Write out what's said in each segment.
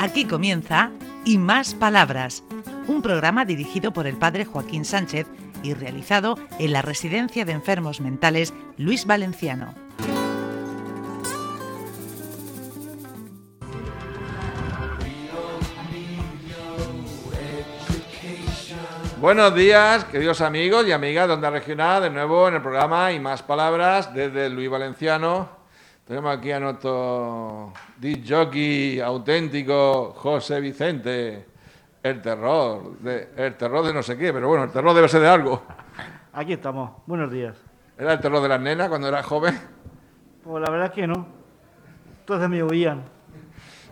Aquí comienza Y Más Palabras, un programa dirigido por el padre Joaquín Sánchez y realizado en la Residencia de Enfermos Mentales Luis Valenciano. Buenos días, queridos amigos y amigas de Onda Regional, de nuevo en el programa y más palabras desde Luis Valenciano. Tenemos aquí a nuestro disjockey auténtico José Vicente, el terror, de, el terror de no sé qué, pero bueno, el terror debe ser de algo. Aquí estamos, buenos días. ¿Era el terror de las nenas cuando era joven? Pues la verdad es que no. Entonces me oían.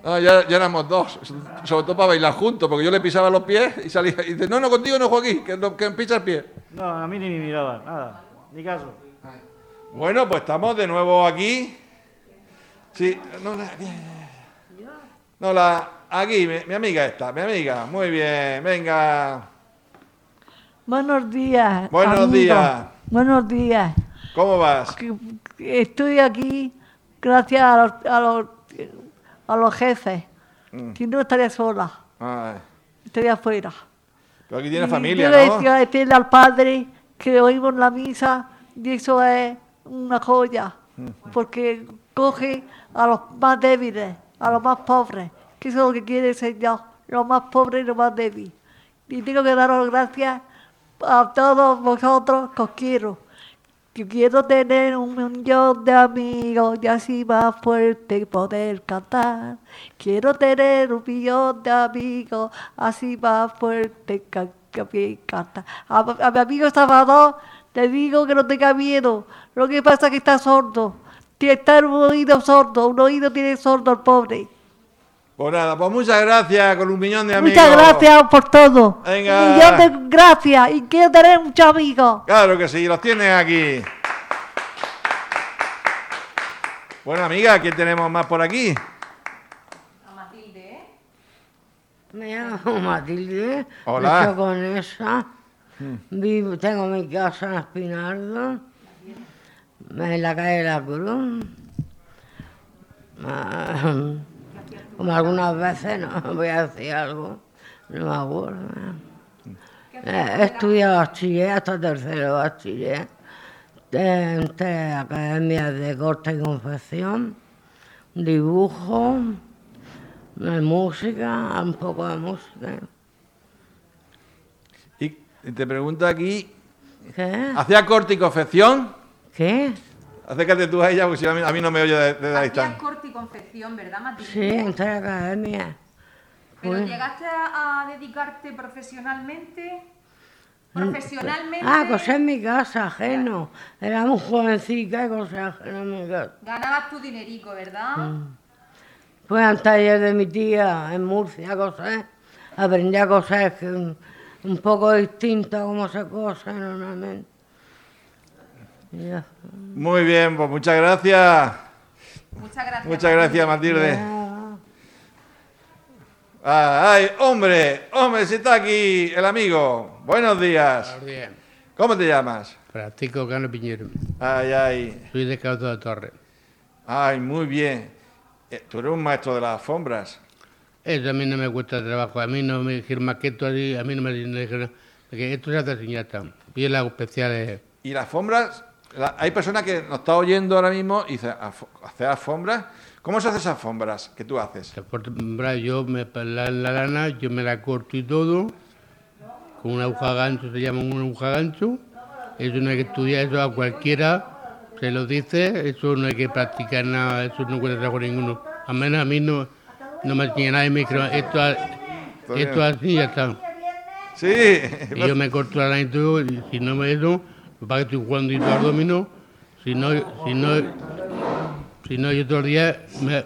No, ya, ya éramos dos, sobre todo para bailar juntos, porque yo le pisaba los pies y salía. Y dice, no, no, contigo no, Joaquín, que, no- que me pisa el pie. No, a mí ni me miraban, nada, ni caso. Bueno, pues estamos de nuevo aquí. Sí, no, la, no, la- aquí, mi, mi amiga esta, mi amiga. Muy bien, venga. Buenos días. Buenos amigos. días. Buenos días. ¿Cómo vas? Que- que Estoy aquí gracias a los, a los, a los jefes. Mm. Si no, estaría sola, Ay, estaría fuera. pero aquí tienes Y familia, yo le ¿no? decía decirle al padre que oímos la misa y eso es una joya, porque coge a los más débiles, a los más pobres, que eso es lo que quiere el Señor, los más pobres y los más débiles. Y tengo que daros gracias a todos vosotros que os quiero. Que quiero tener un millón de amigos y así más fuerte poder cantar. Quiero tener un millón de amigos, así más fuerte ca- que bien cantar. A, a mi amigo Salvador le digo que no tenga miedo. Lo que pasa es que está sordo. Tiene- Está en un oído sordo. Un oído tiene sordo el pobre. Pues nada, pues muchas gracias con un millón de amigos. Muchas gracias por todo. Venga. Un millón de gracias y quiero tener muchos amigos. Claro que sí, los tienes aquí. Bueno, amiga, ¿quién tenemos más por aquí? Me llamo Matilde, Hola. nací con esa, vivo, tengo mi casa en Espinardo, en la calle de la Cruz. Ah, Como algunas veces, no voy a decir algo, no me acuerdo. Eh, He estudiado bachiller hasta tercero de bachiller, en tres academias de corte y confección, dibujo, de música, un poco de música. Y y te pregunto aquí, ¿Qué? ¿hacía corte y confección? ¿Qué? Acércate tú a ella, porque si no, a mí, a mí no me oye desde la Hacías distancia. corte y confección, ¿verdad, Matilde? Sí, en tres academias. Pero Fui. llegaste a, a dedicarte profesionalmente. Profesionalmente. Mm. Ah, cosé en mi casa, ajeno. Era muy jovencita y cosé ajeno en mi casa. Ganabas tu dinerico, ¿verdad? Mm. Fue al taller de mi tía en Murcia a coser. Aprendí a coser que un, un poco distinto a cómo se cose normalmente. Y ya está. Muy bien, pues muchas gracias. Muchas gracias. Muchas gracias, Matilde. Ah, Ya. Ay, hombre, hombre, si está aquí el amigo. Buenos días. Buenos días. ¿Cómo te llamas? Francisco Cano Piñero. Ay, ay, Soy de Cauto de Torres. ay, muy bien. Eh, Tú eres un maestro de las alfombras. Eso a mí no me cuesta trabajo. A mí no me dijeron más que esto, a mí a mí no me dijeron que esto se hace sin yata. Y las especiales. Y las alfombras, la- hay personas que nos está oyendo ahora mismo y dicen, "Alfo- ¿hacer alfombras? ¿Cómo se hacen esas alfombras que tú haces? se corta- bra, Yo me la, la lana, yo me la corto y todo. Con una aguja gancho, se llama una aguja gancho. Eso no hay que estudiar, eso a cualquiera se lo dice. Eso no hay que practicar nada, eso no cuesta trabajo ninguno. A menos a mí no, no me enseña nadie, me dijeron, esto, a- bien. esto así y ya está. Sí, Y yo me corto la lana y todo, y si no me eso, lo que pasa es que estoy jugando y todo al dominó, si no, si no, si no yo todos los días me,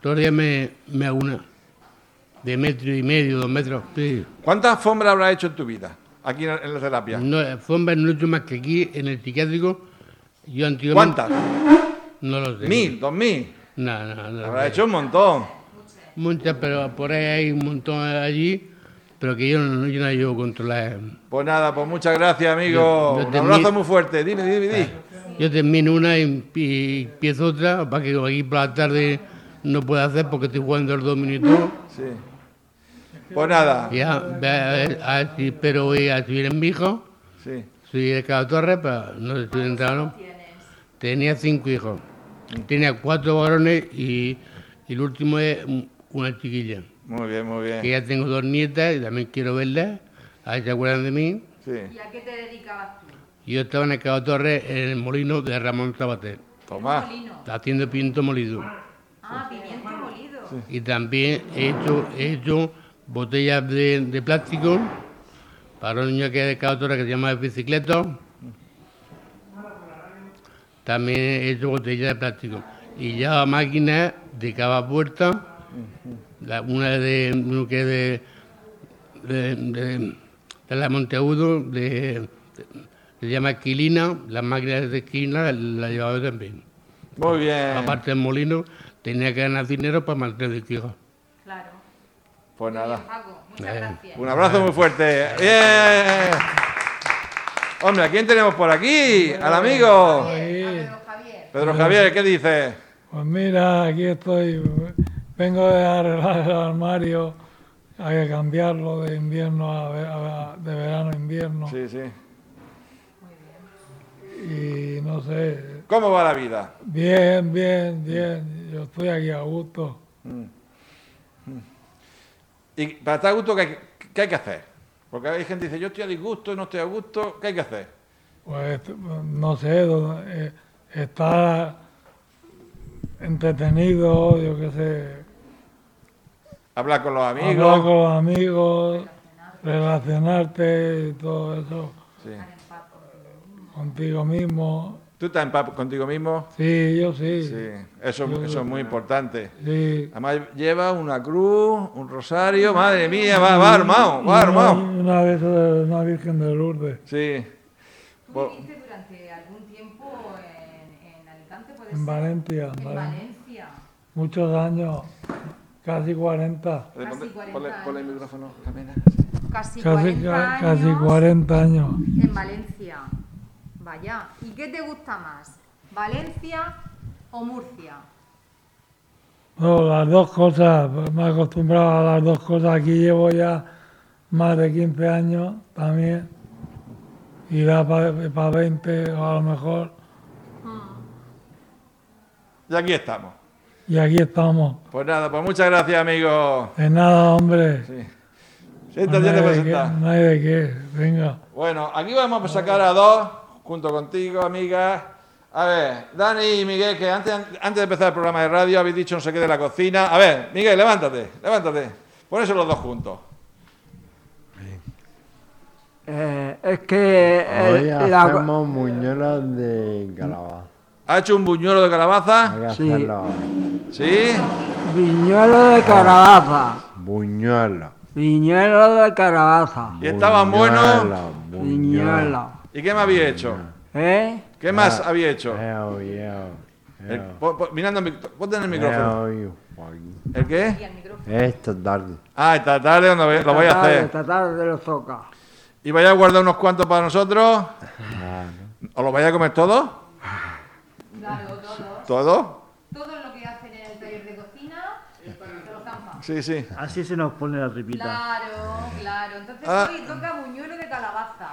todos los días me, me hago una de metro y medio, dos metros. sí. ¿Cuántas alfombras habrás hecho en tu vida? Aquí en en la terapia. No, alfombras no he hecho más que aquí en el psiquiátrico, yo antiguamente ¿Cuántas? no lo sé. ¿Mil? ¿Dos mil? No, no, no. Habrá hecho un montón. Muchas, pero por ahí hay un montón allí, pero que yo no, yo no llevo controladas. Pues nada, pues muchas gracias, amigo. Yo- yo un te abrazo mi- muy fuerte. Dime, dime, dime. Yo termino una y y empiezo otra, para que aquí por la tarde no puedo hacer porque estoy jugando el dominio y todo. Sí. Pues nada. Ya, ve a ver, a ver si espero hoy a si viene mi hijo, Sí. si viene cada torre, pero no sé si viene entrado o no. Tenía cinco hijos. Tenía cuatro varones y, y el último es un- una chiquilla. Muy bien, muy Que bien. ya tengo dos nietas y también quiero verlas, a ver si se acuerdan de mí. ¿Y Sí. a qué te dedicabas tú? Yo estaba en el Cabo Torres, en el molino de Ramón Sabater, Tomás. Molino. haciendo pinto molido. Ah, pimiento molido. Y también he hecho, he hecho botellas de, de plástico para un niño que es de Cabo Torres que se llama bicicleta. También he hecho botellas de plástico. Y ya máquinas de cada puerta, la- una de, uno que es de, de, de- de la Monteagudo, de, se llama Quilina, las máquinas de Quilina las llevaba yo también. Muy bien. Aparte del molino, tenía que ganar dinero para mantener el hijo. Claro. Pues nada. Paco, muchas Eh. gracias. Un abrazo muy fuerte. Bien. Hombre, ¿a quién tenemos por aquí? Al amigo. Pero Javier, Pedro Javier, ¿qué dice? Pues mira, aquí estoy. Vengo de arreglar el armario. Hay que cambiarlo de invierno a, ve- a- de verano a invierno. Sí, sí. Y no sé, ¿Cómo va la vida? bien, bien, bien. Yo estoy aquí a gusto. Y para estar a gusto, ¿qué hay, qué hay que hacer? Porque hay gente que dice, yo estoy a disgusto, no estoy a gusto, ¿qué hay que hacer? Pues no sé, do- eh, estar entretenido, yo qué sé. Hablar con los Hablar amigos. con los amigos, relacionarte y todo eso Sí. contigo mismo. ¿Tú estás en paz contigo mismo? Sí, yo sí. Sí. Eso, eso es muy importante. Sí. Además, lleva una cruz, un rosario. Madre mía, va, va armado, va armado. Una, una de esas de una Virgen de Lourdes, Sí. ¿tú Pues- viviste durante algún tiempo en, en Alicante? ¿Puede en ser? Valencia, en En Valencia. Valencia. muchos años, casi 40, Casi Ponle- 40 ponle- ponle el años. micrófono, Carmena. Casi casi, 40 ca- años casi 40 años. en Valencia. Vaya. ¿Y qué te gusta más? ¿Valencia o Murcia? No, las dos cosas, pues, me he acostumbrado a las dos cosas, aquí llevo ya más de 15 años también, y da para 20 o a lo mejor, Y aquí estamos. y aquí estamos. Pues nada, pues muchas gracias, amigo. De nada, hombre. Sí. No Siéntate, hay te de qué, presentas. no hay de qué, venga. Bueno, aquí vamos a sacar a dos, junto contigo, amigas. A ver, Dani y Miguel, que antes, antes de empezar el programa de radio habéis dicho no sé qué de la cocina. A ver, Miguel, levántate, levántate. Ponéis los dos juntos. Eh, es que eh, Hoy la- hacemos muñeras de calabaza. ¿Ha hecho un buñuelo de Hay calabaza? que Sí. hacerlo ahora. ¿Sí? viñuelo de calabaza, Buñuelo. viñuelo de calabaza, ¿Y estaban buenos? Buñuelo, buñuelo. viñuelo, ¿Y qué más había hecho? ¿eh? ¿Qué más había hecho? Eo, eo, El- eo, pon- pon- mirando, el mic- ponte Eh, en el micrófono. eo, eo, Joaquín. ¿El Y qué? al micrófono. Esta oh. tarde. Ah, esta tarde lo voy- lo voy a Esta tarde- hacer. Esta tarde lo toca. ¿Y vais a guardar unos cuantos para nosotros? ¿Os los vais a comer todos? Claro, todos. ¿Todos? Todo lo que hacen en el taller de cocina, te lo zampan. Sí, sí. Así se nos pone la tripita. Claro, claro. Entonces Ah. Eh. hoy toca buñuelo de calabaza.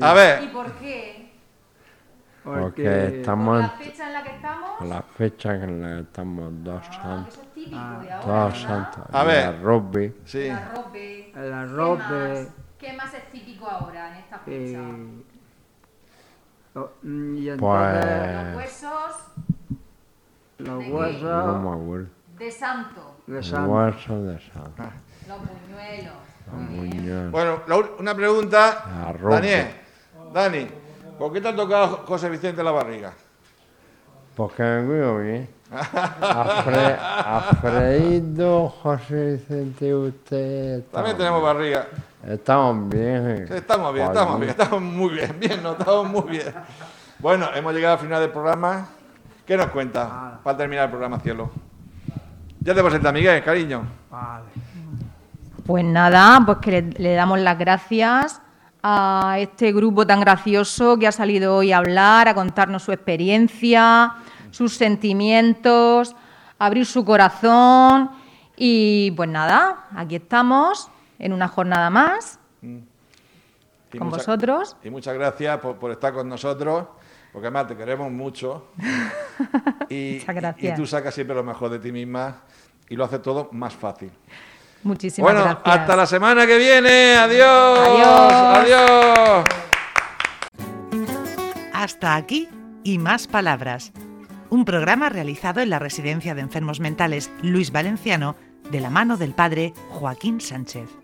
A ¿Y ver, por qué? Porque ¿Por estamos la fecha en la que estamos? en la fecha en la que estamos dos Ah, que santos. eso es típico de ahora. Dos ¿verdad? santos. A Y ver. la rugby. sí. El arrope. El ¿Qué arrope. más? ¿Qué más es típico ahora en esta fecha? eh, lo- mm, y entonces Pues. Los huesos Eh. los No huesos me acuerdo. de santo, de El sangre. hueso de San. los buñuelos. Buñuelo. Bueno, la ul- una pregunta. Arrope. Daniel, Dani, ¿por qué te ha tocado Jo- José Vicente la barriga? Porque me cuido bien. Afre, Afreído, José Vicente, usted. estamos- También tenemos barriga. Estamos bien. Sí, Estamos bien, estamos bien, estamos muy bien, bien, no, estamos muy bien. Bueno, hemos llegado al final del programa. ¿Qué nos cuenta para terminar el programa, cielo? Ya te presentas, Miguel, cariño. Pues nada, pues que le, le damos las gracias a este grupo tan gracioso que ha salido hoy a hablar, a contarnos su experiencia, sus sentimientos, abrir su corazón. Y pues nada, aquí estamos en una jornada más Y con mucha- vosotros. Y muchas gracias por, por estar con nosotros, porque además te queremos mucho. y, Muchas y- y gracias. tú sacas siempre lo mejor de ti misma y lo hace todo más fácil. Muchísimas bueno, gracias. hasta la semana que viene. Adiós. Adiós. Adiós. Hasta aquí y más palabras. Un programa realizado en la Residencia de Enfermos Mentales Luis Valenciano de la mano del padre Joaquín Sánchez.